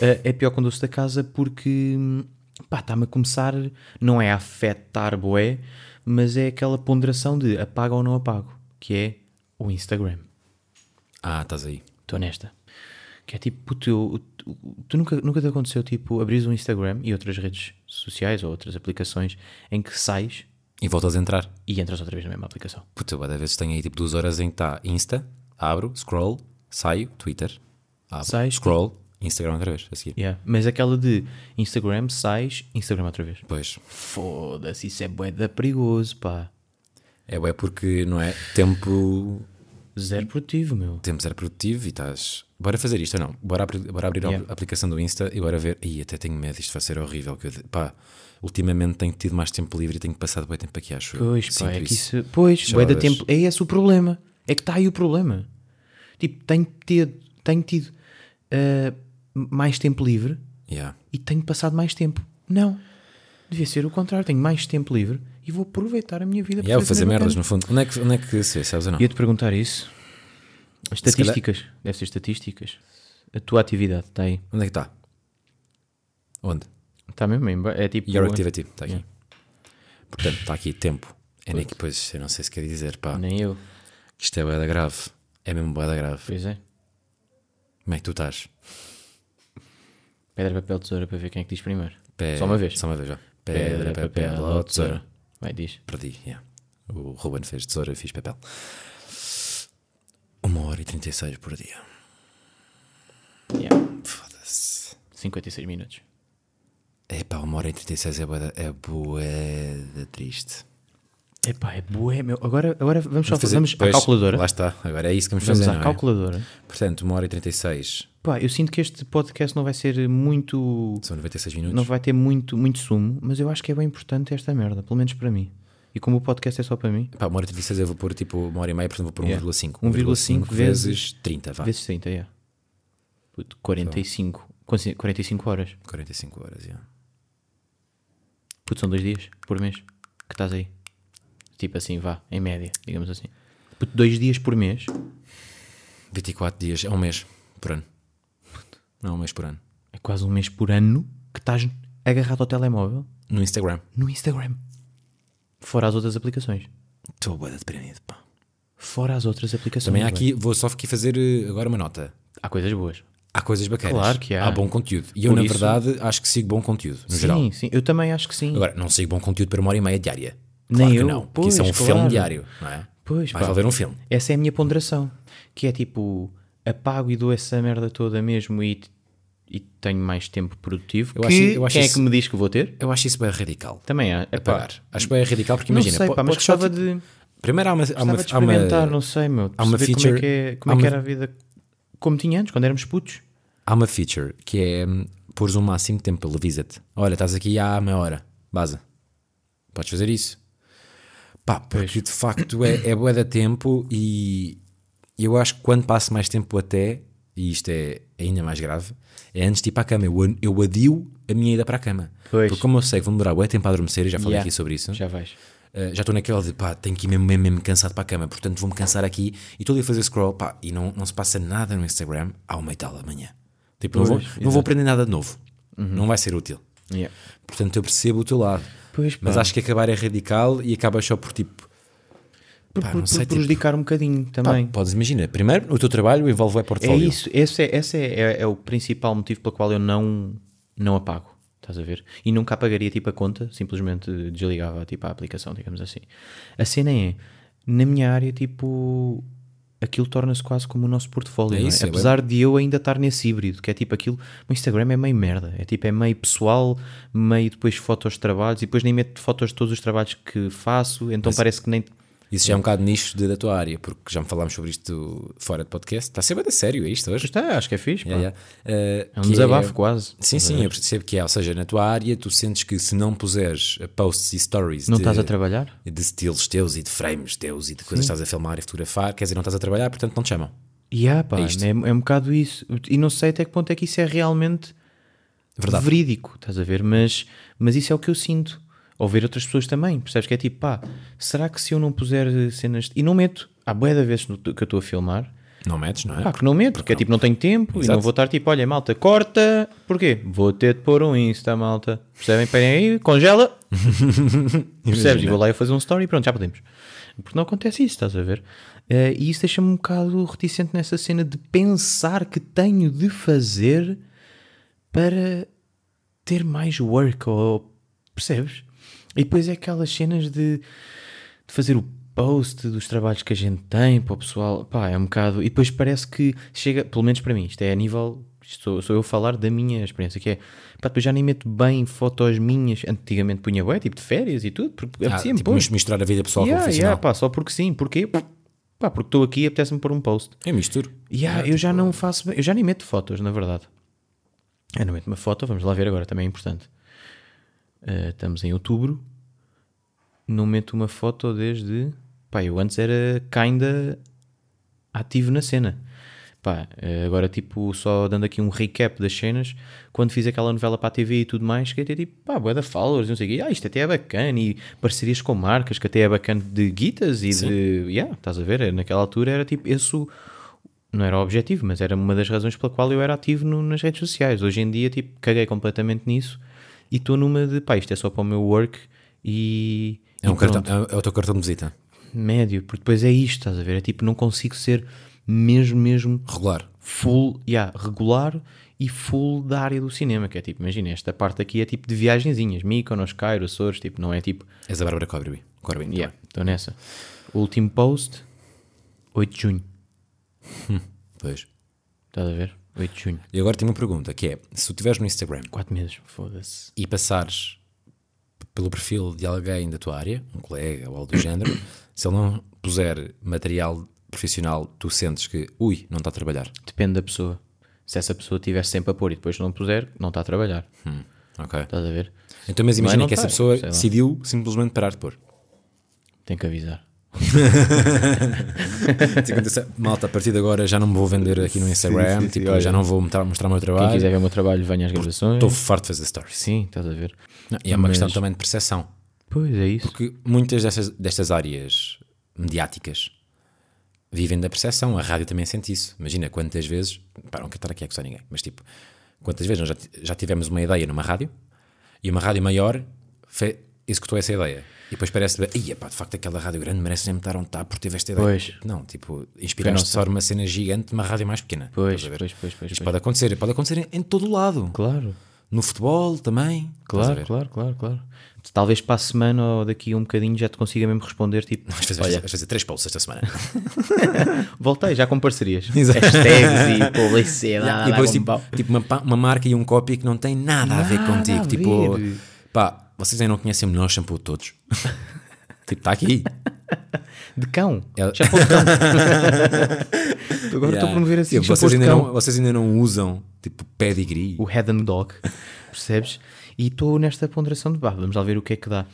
Speaker 2: Ah, é pior com o doce da casa porque hum, pá, está-me a começar. Não é a afetar boé, mas é aquela ponderação de apago ou não apago, que é o Instagram.
Speaker 1: Ah, estás aí.
Speaker 2: Estou nesta. Que é tipo, puto, eu- tu, tu nunca, nunca te aconteceu, tipo, abris o Instagram e outras redes sociais ou outras aplicações em que sais
Speaker 1: E voltas a entrar.
Speaker 2: e entras outra vez na mesma aplicação.
Speaker 1: Puta, eu bué de vezes tenho aí tipo duas horas em que está Insta, abro, scroll, saio, Twitter, abro,
Speaker 2: Sais,
Speaker 1: scroll, Instagram outra vez, a seguir.
Speaker 2: Yeah. Mas aquela de Instagram, sais, Instagram outra vez.
Speaker 1: Pois,
Speaker 2: Foda-se, isso é bué da perigoso, pá.
Speaker 1: é bué porque, não é, tempo,
Speaker 2: Zero produtivo, meu.
Speaker 1: tempo zero produtivo e estás... Bora fazer isto ou não? Bora, abrir- bora abrir
Speaker 2: Yeah.
Speaker 1: a aplicação do Insta e bora ver... Ih, até tenho medo, isto vai ser horrível. Que eu de- Pá, ultimamente tenho tido mais tempo livre e tenho passado bué tempo aqui, acho eu.
Speaker 2: Pois, pá,
Speaker 1: Sinto
Speaker 2: é que
Speaker 1: isso.
Speaker 2: isso. Pois, bué da
Speaker 1: Choras.
Speaker 2: tempo. É tá esse o problema. É que está aí o problema. Tipo, tenho tido, tenho tido ah, mais tempo livre
Speaker 1: Yeah.
Speaker 2: e tenho passado mais tempo. Não. Devia ser o contrário. Tenho mais tempo livre e vou aproveitar a minha vida
Speaker 1: Yeah, vou é fazer
Speaker 2: merda
Speaker 1: merdas, no fundo. Onde é que, onde é que se vê, sabes ou não?
Speaker 2: Ia-te perguntar isso. Estatísticas. Deve ser estatísticas. A tua atividade está aí.
Speaker 1: Onde é que está? Onde?
Speaker 2: Está mesmo em ba- É tipo.
Speaker 1: Your activity, está aqui. Portanto, está aqui tempo. É nem que depois, eu não sei se quer dizer, pá,
Speaker 2: Nem eu.
Speaker 1: que isto é boeda grave. É mesmo boeda grave.
Speaker 2: Pois é.
Speaker 1: Como é que tu estás?
Speaker 2: Pedra, papel, tesoura para ver quem é que diz primeiro.
Speaker 1: Pé-
Speaker 2: Só uma vez.
Speaker 1: Só uma vez, já. Pedra, papel ou tesoura.
Speaker 2: Vai, diz.
Speaker 1: Perdi, yeah. O Ruben fez tesoura, eu fiz papel. Uma hora e 36 por dia.
Speaker 2: Yeah.
Speaker 1: Foda-se.
Speaker 2: 56 minutos.
Speaker 1: Epá, uma hora e 36 é boeda, é boeda triste.
Speaker 2: Epá, é bué, meu. Agora, agora vamos só
Speaker 1: Fazer-
Speaker 2: vamos à
Speaker 1: pois,
Speaker 2: calculadora.
Speaker 1: Lá está, agora é isso que vamos,
Speaker 2: Vamos
Speaker 1: fazer,
Speaker 2: à
Speaker 1: não é?
Speaker 2: calculadora.
Speaker 1: Portanto, uma hora e 36
Speaker 2: Pá, eu sinto que este podcast não vai ser muito.
Speaker 1: são 96 minutos.
Speaker 2: Não vai ter muito, muito sumo, mas eu acho que é bem importante esta merda, pelo menos para mim. E como o podcast é só para mim,
Speaker 1: Pá, uma hora e 36 eu vou pôr tipo uma hora e meia, portanto vou pôr 1,5.
Speaker 2: 1,5
Speaker 1: vezes 30, vá.
Speaker 2: vezes 30, é. Puto, 45. Quanto- 45 horas.
Speaker 1: 45 horas, yeah.
Speaker 2: Puto, são dois dias por mês que estás aí. Tipo assim, vá, em média, digamos assim. Puto, dois dias por mês.
Speaker 1: 24 dias, é um mês por ano. Não, é um mês por ano.
Speaker 2: É quase um mês por ano que estás agarrado ao telemóvel
Speaker 1: No Instagram.
Speaker 2: no Instagram. Fora as outras aplicações.
Speaker 1: Estou boa deprimido, pá.
Speaker 2: Fora as outras aplicações.
Speaker 1: Também há
Speaker 2: bué.
Speaker 1: aqui, vou só aqui fazer eh, agora uma nota.
Speaker 2: Há coisas boas.
Speaker 1: Há coisas bacanas.
Speaker 2: Claro que há.
Speaker 1: Há bom conteúdo. E eu,
Speaker 2: Por
Speaker 1: na
Speaker 2: isso-
Speaker 1: verdade, acho que sigo bom conteúdo, no
Speaker 2: sim,
Speaker 1: geral.
Speaker 2: sim. Eu também acho que sim.
Speaker 1: Agora, não sigo bom conteúdo para uma hora e meia diária.
Speaker 2: Nem
Speaker 1: claro que
Speaker 2: eu.
Speaker 1: não, porque isso é um
Speaker 2: Pois, claro.
Speaker 1: filme diário, não é?
Speaker 2: Pois,
Speaker 1: Vais
Speaker 2: pá.
Speaker 1: lá ver um filme.
Speaker 2: Essa é a minha ponderação. Que é tipo, apago e dou essa merda toda mesmo e, e tenho mais tempo produtivo.
Speaker 1: Eu
Speaker 2: que
Speaker 1: acho- eu acho
Speaker 2: quem
Speaker 1: isso-
Speaker 2: é que me diz que vou ter?
Speaker 1: Eu acho isso bem radical.
Speaker 2: Também há. epá,
Speaker 1: Apagar. Acho bem radical porque
Speaker 2: Não
Speaker 1: imagina.
Speaker 2: sei,
Speaker 1: po-
Speaker 2: pá, mas
Speaker 1: podes só
Speaker 2: gostava
Speaker 1: te-
Speaker 2: de,
Speaker 1: Primeiro há uma. Há uma,
Speaker 2: gostava de
Speaker 1: há uma-
Speaker 2: experimentar, não sei, meu.
Speaker 1: há uma
Speaker 2: perceber como é
Speaker 1: feature-
Speaker 2: que, é, como é
Speaker 1: há
Speaker 2: que
Speaker 1: uma-
Speaker 2: era a vida como tinha antes, quando éramos putos.
Speaker 1: há uma feature que é hum, pôres o máximo de tempo pelo visit. Olha, estás aqui há meia hora. Baza. Podes fazer isso. Pá, porque de facto é, é bué da tempo e eu acho que quando passo mais tempo até, e isto é ainda mais grave, é antes de ir para a cama. Eu, an- eu adio a minha ida para a cama.
Speaker 2: Pois.
Speaker 1: Porque como eu sei que vou demorar bué tempo a adormecer, eu já falei
Speaker 2: Yeah.
Speaker 1: aqui sobre isso.
Speaker 2: Já vais.
Speaker 1: Uh, já estou naquela de pá, tenho que ir mesmo, mesmo, mesmo cansado para a cama, portanto vou-me cansar aqui e estou ali a fazer scroll pá, e não, não se passa nada no Instagram ao meio tal da manhã. Tipo, não, vou,
Speaker 2: Pois, Uhum.
Speaker 1: não vou aprender nada de novo, não vai ser útil.
Speaker 2: Yeah.
Speaker 1: Portanto, eu percebo o teu lado,
Speaker 2: Pois, pá.
Speaker 1: mas acho que acabar é radical e acabas só por tipo,
Speaker 2: Por,
Speaker 1: Pá,
Speaker 2: por-
Speaker 1: não
Speaker 2: por
Speaker 1: sei, tipo,
Speaker 2: prejudicar um bocadinho
Speaker 1: pá,
Speaker 2: também.
Speaker 1: podes imaginar, primeiro o teu trabalho envolve o
Speaker 2: É
Speaker 1: portfólio.
Speaker 2: isso, esse, é, esse é, é- é o principal motivo pelo qual eu não, não apago, estás a ver? E nunca apagaria tipo a conta, simplesmente desligava tipo a aplicação, digamos assim. A cena é, na minha área, tipo, aquilo torna-se quase como o nosso portfólio,
Speaker 1: É
Speaker 2: não é?
Speaker 1: isso, é
Speaker 2: apesar de eu ainda estar nesse híbrido, que é tipo aquilo, o Instagram é meio merda, é tipo, é meio pessoal, meio depois fotos de trabalhos, e depois nem meto fotos de todos os trabalhos que faço, então parece que nem...
Speaker 1: Isso já é um bocado nicho de- da tua área, porque já me falámos sobre isto fora de podcast. Está a ser bué da sério é isto hoje.
Speaker 2: Está, acho que é fixe, pá.
Speaker 1: Yeah, yeah. Uh,
Speaker 2: É um
Speaker 1: que
Speaker 2: desabafo quase.
Speaker 1: Sim, sim, eu percebo que é. Ou seja, na tua área, tu sentes que se não puseres posts e stories
Speaker 2: Não
Speaker 1: de,
Speaker 2: estás a trabalhar?
Speaker 1: de estilos teus e de frames teus e de coisas que estás a filmar e fotografar, quer dizer, não estás a trabalhar, portanto não te chamam.
Speaker 2: Yeah, pá,
Speaker 1: É
Speaker 2: é,
Speaker 1: isto.
Speaker 2: é um bocado isso. E não sei até que ponto é que isso é realmente
Speaker 1: É Verdade.
Speaker 2: verídico, estás a ver? Mas, mas isso é o que eu sinto. Ou ver outras pessoas também, percebes? Que é tipo, pá, será que se eu não puser eh, cenas. E não meto, há boia da vez no- que eu estou a filmar,
Speaker 1: Não metes, não é?
Speaker 2: pá, que não meto, porque é tipo, não tenho tempo e
Speaker 1: Exato.
Speaker 2: não vou estar tipo, olha, malta, corta, porquê? Vou ter de pôr um Insta, malta, percebem? Peguem aí, congela, Percebes? E vou lá eu fazer um story e pronto, já podemos. Porque não acontece isso, estás a ver? Eh, e isso deixa-me um bocado reticente nessa cena de pensar que tenho de fazer para ter mais work, ou percebes? E depois é aquelas cenas de, de fazer o post dos trabalhos que a gente tem para o pessoal, pá, é um bocado. E depois parece que chega, pelo menos para mim, isto é a nível. isto Sou, sou eu a falar da minha experiência, que é pá, depois já nem meto bem fotos minhas. Antigamente punha bué, tipo de férias e tudo, porque
Speaker 1: Ah,
Speaker 2: apetecia-me,
Speaker 1: tipo,
Speaker 2: pô.
Speaker 1: mis- misturar a vida pessoal
Speaker 2: é Yeah,
Speaker 1: com o profissional.
Speaker 2: yeah, pá, só porque sim, porquê? Pá, porque estou aqui e apetece-me pôr um post.
Speaker 1: Eu misturo.
Speaker 2: Yeah, eu já não faço bem, eu já nem meto fotos, na verdade. Eu não meto uma foto, vamos lá ver agora, também é importante. Eh, estamos em outubro, não meto uma foto desde. Pá, eu antes era kinda ativo na cena. Pá, eh, agora, tipo, só dando aqui um recap das cenas, quando fiz aquela novela para a TV e tudo mais, que até tipo, pá, boa da followers, não sei o quê, ah, isto até é bacana, e parcerias com marcas, que até é bacana de guitas e de. Yeah, estás a ver? Era- Naquela altura era tipo, esse o- não era o objetivo, mas era uma das razões pela qual eu era ativo no- nas redes sociais. Hoje em dia, tipo, caguei completamente nisso e estou numa de, pá, isto é só para o meu work e.
Speaker 1: É, um
Speaker 2: e pronto
Speaker 1: cartão, é, é o teu cartão de visita.
Speaker 2: médio, porque depois é isto, estás a ver? É tipo, não consigo ser mesmo, mesmo
Speaker 1: Regular.
Speaker 2: full, yeah, regular e full da área do cinema, que é tipo, imagina, esta parte aqui é tipo de viagenzinhas, Mykonos, Cairo, Açores, tipo, não é tipo,
Speaker 1: És a Bárbara Corby. Corbin.
Speaker 2: yeah, estou nessa. Último post, 8 de junho,
Speaker 1: Pois.
Speaker 2: estás a ver? 8 de junho,
Speaker 1: E agora tenho uma pergunta, que é, se tu estiveres no Instagram
Speaker 2: 4 meses, foda-se.
Speaker 1: e passares p- pelo perfil de alguém da tua área, um colega ou algo do género, se ele não puser material profissional, tu sentes que, ui, não está a trabalhar.
Speaker 2: Depende da pessoa. Se essa pessoa estiver sempre a pôr e depois não puser, não está a trabalhar,
Speaker 1: Ok.
Speaker 2: estás a ver?
Speaker 1: Então, mas imagina
Speaker 2: não
Speaker 1: que essa
Speaker 2: tá,
Speaker 1: pessoa
Speaker 2: sei lá.
Speaker 1: decidiu simplesmente parar de pôr.
Speaker 2: Tem que avisar.
Speaker 1: Tipo, acontece, Malta, a partir de agora já não me vou vender aqui no Instagram,
Speaker 2: sim, sim,
Speaker 1: tipo,
Speaker 2: olha.
Speaker 1: já não vou mostrar, mostrar o meu
Speaker 2: Quem quiser
Speaker 1: trabalho.
Speaker 2: ver o meu trabalho, venha às gravações.
Speaker 1: Estou farto de fazer stories.
Speaker 2: Sim, estás a ver?
Speaker 1: Não, e é uma
Speaker 2: Mas-
Speaker 1: questão também de percepção.
Speaker 2: Pois é isso.
Speaker 1: Porque muitas destas, destas áreas mediáticas vivem da percepção. A rádio também sente isso. Imagina quantas vezes. Pá, não quero estar aqui a acusar ninguém, mas tipo, quantas vezes nós já, ti- já tivemos uma ideia numa rádio e uma rádio maior fe, executou essa ideia. E depois parece, ia pá, de facto aquela rádio grande merece mesmo estar onde está por teve esta ideia.
Speaker 2: Pois.
Speaker 1: Não, tipo, inspiraste só uma cena gigante de uma rádio mais pequena.
Speaker 2: Pois,
Speaker 1: Estás a ver?
Speaker 2: pois, pois, pois,
Speaker 1: Isto
Speaker 2: pois.
Speaker 1: pode acontecer, pode acontecer em, em todo o lado.
Speaker 2: Claro,
Speaker 1: No futebol também. Estás a
Speaker 2: claro,
Speaker 1: ver?
Speaker 2: claro, claro, claro. Talvez para a semana ou daqui a um bocadinho já te consiga mesmo responder, tipo,
Speaker 1: Vais fazer,
Speaker 2: olha,
Speaker 1: vais fazer três polos esta semana.
Speaker 2: voltei já com parcerias.
Speaker 1: é Exato.
Speaker 2: Hashtags e publicidade.
Speaker 1: e depois,
Speaker 2: com
Speaker 1: tipo,
Speaker 2: pau.
Speaker 1: tipo, uma, pa- uma marca e um copy que não tem nada, a ver
Speaker 2: Nada
Speaker 1: contigo.
Speaker 2: a
Speaker 1: Tipo,
Speaker 2: ver.
Speaker 1: pá, vocês ainda não conhecem o melhor shampoo de todos. tipo, está aqui.
Speaker 2: De cão.
Speaker 1: Ela-
Speaker 2: Chapéu de cão. Agora estou a
Speaker 1: É. Yeah.
Speaker 2: promover assim,
Speaker 1: Tipo,
Speaker 2: chapéu
Speaker 1: vocês,
Speaker 2: de
Speaker 1: ainda
Speaker 2: cão.
Speaker 1: não, vocês ainda não usam, tipo, pedigree.
Speaker 2: o head and dog, percebes? E estou nesta ponderação de barro, vamos lá ver o que é que dá.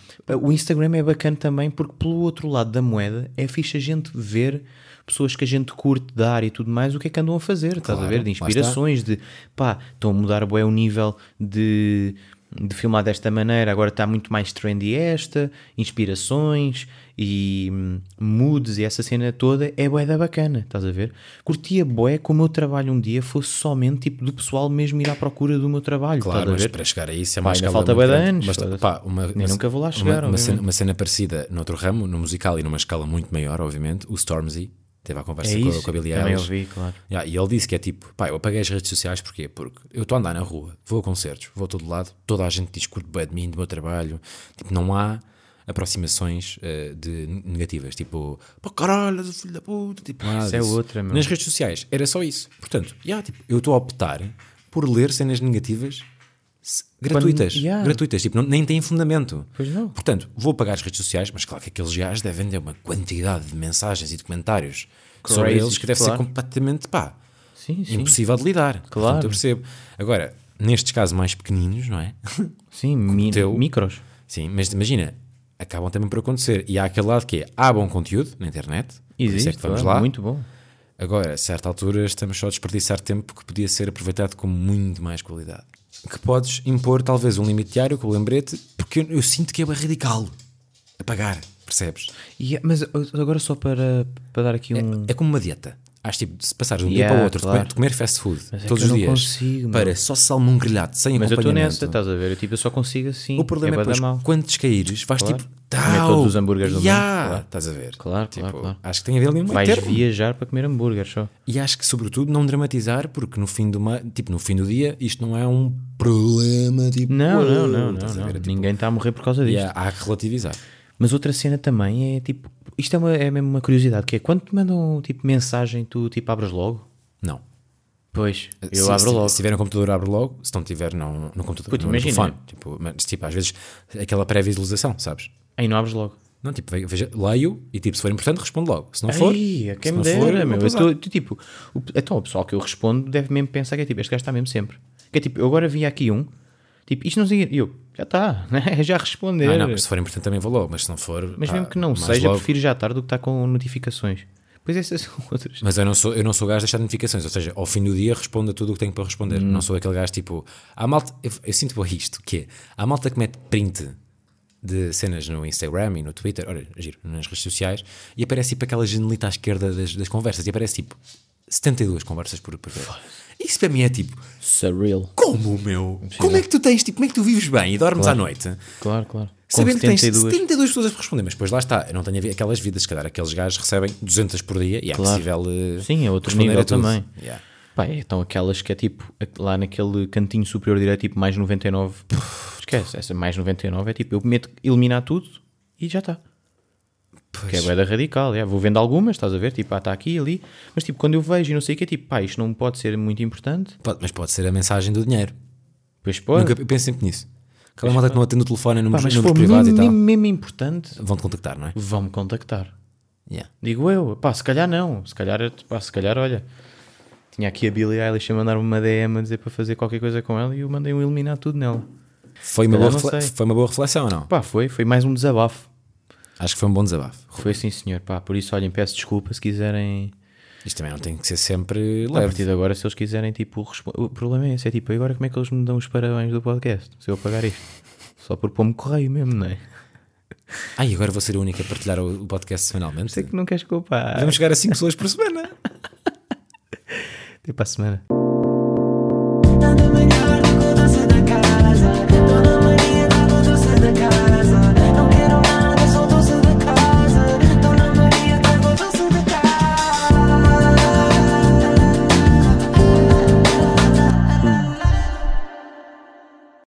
Speaker 2: O Instagram é bacana também porque pelo outro lado da moeda é fixe a gente ver pessoas que a gente curte da área e tudo mais, o que é que andam a fazer, estás a
Speaker 1: Claro,
Speaker 2: ver?
Speaker 1: lá
Speaker 2: De inspirações, de pá, estão a mudar bué o nível de, de filmar desta maneira, agora está muito mais trendy esta, inspirações e hum, moods e essa cena toda é bué da bacana, estás a ver? Curtia bué que o meu trabalho um dia fosse somente tipo do pessoal mesmo ir à procura do meu trabalho,
Speaker 1: Claro,
Speaker 2: estás
Speaker 1: mas
Speaker 2: a ver?
Speaker 1: para chegar a isso é
Speaker 2: Pá,
Speaker 1: mais
Speaker 2: ainda falta bué de anos,
Speaker 1: Mas,
Speaker 2: foda-se.
Speaker 1: pá, uma,
Speaker 2: Nem
Speaker 1: uma-
Speaker 2: nunca vou lá
Speaker 1: uma-
Speaker 2: chegar,
Speaker 1: Uma, cena,
Speaker 2: obviamente.
Speaker 1: uma cena parecida noutro ramo, no musical e numa escala muito maior, obviamente, o Stormzy teve a conversa
Speaker 2: É
Speaker 1: com, a-
Speaker 2: isso,
Speaker 1: com a Billie
Speaker 2: também
Speaker 1: Eilish.
Speaker 2: ouvi, claro.
Speaker 1: Yeah, e ele disse que é tipo, pá, eu apaguei as redes sociais porquê? Porque eu estou a andar na rua, vou a concertos, vou a todo lado, toda a gente discute bem de mim, do meu trabalho, tipo, não há aproximações eh, de negativas, tipo, pá caralho, és o filho da puta, tipo, nada
Speaker 2: Isso é
Speaker 1: disso.
Speaker 2: outra, meu.
Speaker 1: Nas redes sociais era só isso. Portanto, yeah, tipo, eu estou a optar por ler cenas negativas se- gratuitas,
Speaker 2: yeah.
Speaker 1: gratuitas, tipo, não- nem têm fundamento.
Speaker 2: Pois não.
Speaker 1: Portanto, vou apagar as redes sociais, mas claro que aqueles gajos devem ter uma quantidade de mensagens e de comentários sobre
Speaker 2: Crazy,
Speaker 1: eles que deve ser
Speaker 2: claro.
Speaker 1: completamente, pá,
Speaker 2: Sim, sim.
Speaker 1: impossível de lidar.
Speaker 2: Claro.
Speaker 1: Portanto, eu percebo. Agora, nestes casos mais pequeninos, não é?
Speaker 2: Sim, mi-
Speaker 1: teu-
Speaker 2: micros.
Speaker 1: Sim, mas imagina, acabam também por acontecer. E há aquele lado que é, há bom conteúdo na internet, por isso
Speaker 2: Existe,
Speaker 1: é que vamos
Speaker 2: claro,
Speaker 1: lá.
Speaker 2: muito bom.
Speaker 1: Agora, a certa altura, estamos só a desperdiçar tempo que podia ser aproveitado com muito mais qualidade. Que podes impor, talvez, um limite diário com o lembrete, porque eu, eu sinto que é bué radical apagar, percebes?
Speaker 2: E, é, mas uh, agora só para, para dar aqui um...
Speaker 1: É como uma dieta. Acho tipo, se passares de um dia
Speaker 2: Yeah,
Speaker 1: para o outro, de
Speaker 2: claro.
Speaker 1: comer- de comer fast food
Speaker 2: Mas é
Speaker 1: todos
Speaker 2: que eu
Speaker 1: os
Speaker 2: não
Speaker 1: dias,
Speaker 2: consigo, meu.
Speaker 1: para só salmão grelhado, sem
Speaker 2: Mas eu estou
Speaker 1: acompanhamento.
Speaker 2: nessa, estás a ver? Eu, tipo, eu só consigo assim.
Speaker 1: O problema é,
Speaker 2: bué da
Speaker 1: depois,
Speaker 2: mau.
Speaker 1: quando descaíres, vais
Speaker 2: Claro.
Speaker 1: tipo.
Speaker 2: Comer
Speaker 1: "Tau,
Speaker 2: todos os hambúrgueres do mundo,
Speaker 1: yeah",
Speaker 2: claro.
Speaker 1: Estás a ver?
Speaker 2: Claro,
Speaker 1: Tipo,
Speaker 2: claro, claro.
Speaker 1: Acho que tem a ver ali um
Speaker 2: Vais
Speaker 1: termo.
Speaker 2: viajar para comer hambúrguer só.
Speaker 1: E acho que, sobretudo, não dramatizar, porque no fim do, ma- tipo, no fim do dia isto não é um problema. Tipo,
Speaker 2: Não, não,
Speaker 1: "Uau",
Speaker 2: não, não.
Speaker 1: estás a
Speaker 2: não.
Speaker 1: ver? É tipo,
Speaker 2: Ninguém está a morrer por causa disto.
Speaker 1: yeah, há que relativizar.
Speaker 2: Mas outra cena também é tipo. Isto é, uma, é mesmo uma curiosidade, que é quando te mandam tipo mensagem, tu tipo abres logo?
Speaker 1: Não.
Speaker 2: Pois, eu
Speaker 1: se,
Speaker 2: abro
Speaker 1: se,
Speaker 2: logo.
Speaker 1: Se tiver no computador, abro logo. Se não tiver, não no computador.
Speaker 2: Puto,
Speaker 1: no
Speaker 2: imagina.
Speaker 1: telefone. Tipo, mas, tipo, às vezes, aquela pré-visualização, sabes?
Speaker 2: Aí não abres logo.
Speaker 1: Não, tipo, ve- veja, leio e, tipo, se for importante, respondo logo. Se não for.
Speaker 2: Ai,
Speaker 1: se
Speaker 2: quem me
Speaker 1: não for,
Speaker 2: dera,
Speaker 1: vou
Speaker 2: meu. Eu
Speaker 1: pausar.
Speaker 2: tô- tô, tipo, o, então o pessoal que eu respondo deve mesmo pensar que é tipo, este gajo está mesmo sempre. Que é tipo, eu agora vi aqui um, tipo, isto não sei. E eu, já está, né? já responder.
Speaker 1: Ah, não, mas se for importante também vou logo, mas se não for.
Speaker 2: Mas
Speaker 1: pá,
Speaker 2: mesmo que não
Speaker 1: mais
Speaker 2: seja,
Speaker 1: logo,
Speaker 2: prefiro já estar do que estar com notificações. Pois essas são outras.
Speaker 1: Mas eu não sou, eu não sou gajo de deixar notificações, ou seja, ao fim do dia respondo a tudo o que tenho para responder. Não sou aquele gajo tipo. Há malta, eu, eu sinto bem isto, que é. Há malta que mete print de cenas no Instagram e no Twitter, olha, giro, nas redes sociais, e aparece tipo aquela janelita à esquerda das, das conversas, e aparece tipo 72 conversas por, por vez. Isso para mim é tipo,
Speaker 2: Surreal.
Speaker 1: como meu? Como é que tu tens, tipo, como é que tu vives bem e dormes à noite?
Speaker 2: Claro, claro. Com
Speaker 1: Sabendo que tens
Speaker 2: 72.
Speaker 1: 72 pessoas a responder, mas depois lá está, eu não tenho a ver aquelas vidas, se calhar aqueles gajos recebem 200 por dia e é
Speaker 2: Claro.
Speaker 1: possível eh,
Speaker 2: Sim, é outro
Speaker 1: responder
Speaker 2: nível
Speaker 1: a tudo.
Speaker 2: também.
Speaker 1: Yeah.
Speaker 2: Pá, é, então aquelas que é tipo, a- lá naquele cantinho superior direito, tipo mais 99. Puf, Esquece, essa mais 99 é tipo, eu meto eliminar tudo e já está. Que é boeda radical, é. vou vendo algumas, estás a ver, tipo, ah, está aqui, ali, mas tipo, quando eu vejo e não sei o que, é tipo, pá, isto não pode ser muito importante,
Speaker 1: Pode- mas pode ser a mensagem do dinheiro.
Speaker 2: pois pode,
Speaker 1: Nunca, eu penso sempre nisso. Aquela malta que não atende o telefone em
Speaker 2: pá,
Speaker 1: números,
Speaker 2: mas se for
Speaker 1: números
Speaker 2: mesmo,
Speaker 1: privados e tal,
Speaker 2: mesmo- mesmo importante,
Speaker 1: vão-te contactar, não é?
Speaker 2: vão-me contactar.
Speaker 1: Yeah.
Speaker 2: Digo eu, pá, se calhar não, se calhar, pá, se calhar, olha, tinha aqui a Billie Eilish a mandar-me uma DM a dizer para fazer qualquer coisa com ela e eu mandei um eliminar tudo nela.
Speaker 1: Foi, uma boa
Speaker 2: calhar não
Speaker 1: refle-
Speaker 2: sei.
Speaker 1: foi uma boa reflexão ou não?
Speaker 2: Pá, foi, foi mais um desabafo.
Speaker 1: Acho que foi um bom desabafo.
Speaker 2: Foi sim, senhor, pá, por isso, olhem, peço desculpa se quiserem,
Speaker 1: Isto também não tem que ser sempre
Speaker 2: a
Speaker 1: leve.
Speaker 2: partir de agora, se eles quiserem, tipo, respo- o problema é esse, é tipo, e agora como é que eles me dão os parabéns do podcast, se eu pagar isto? Só por pôr-me correio mesmo, não é?
Speaker 1: Ai, agora vou ser o único a partilhar o o podcast semanalmente.
Speaker 2: Sei que não queres culpar,
Speaker 1: Vamos chegar a 5 pessoas por semana.
Speaker 2: até para a semana.
Speaker 3: Nada melhor do que o doce da casa.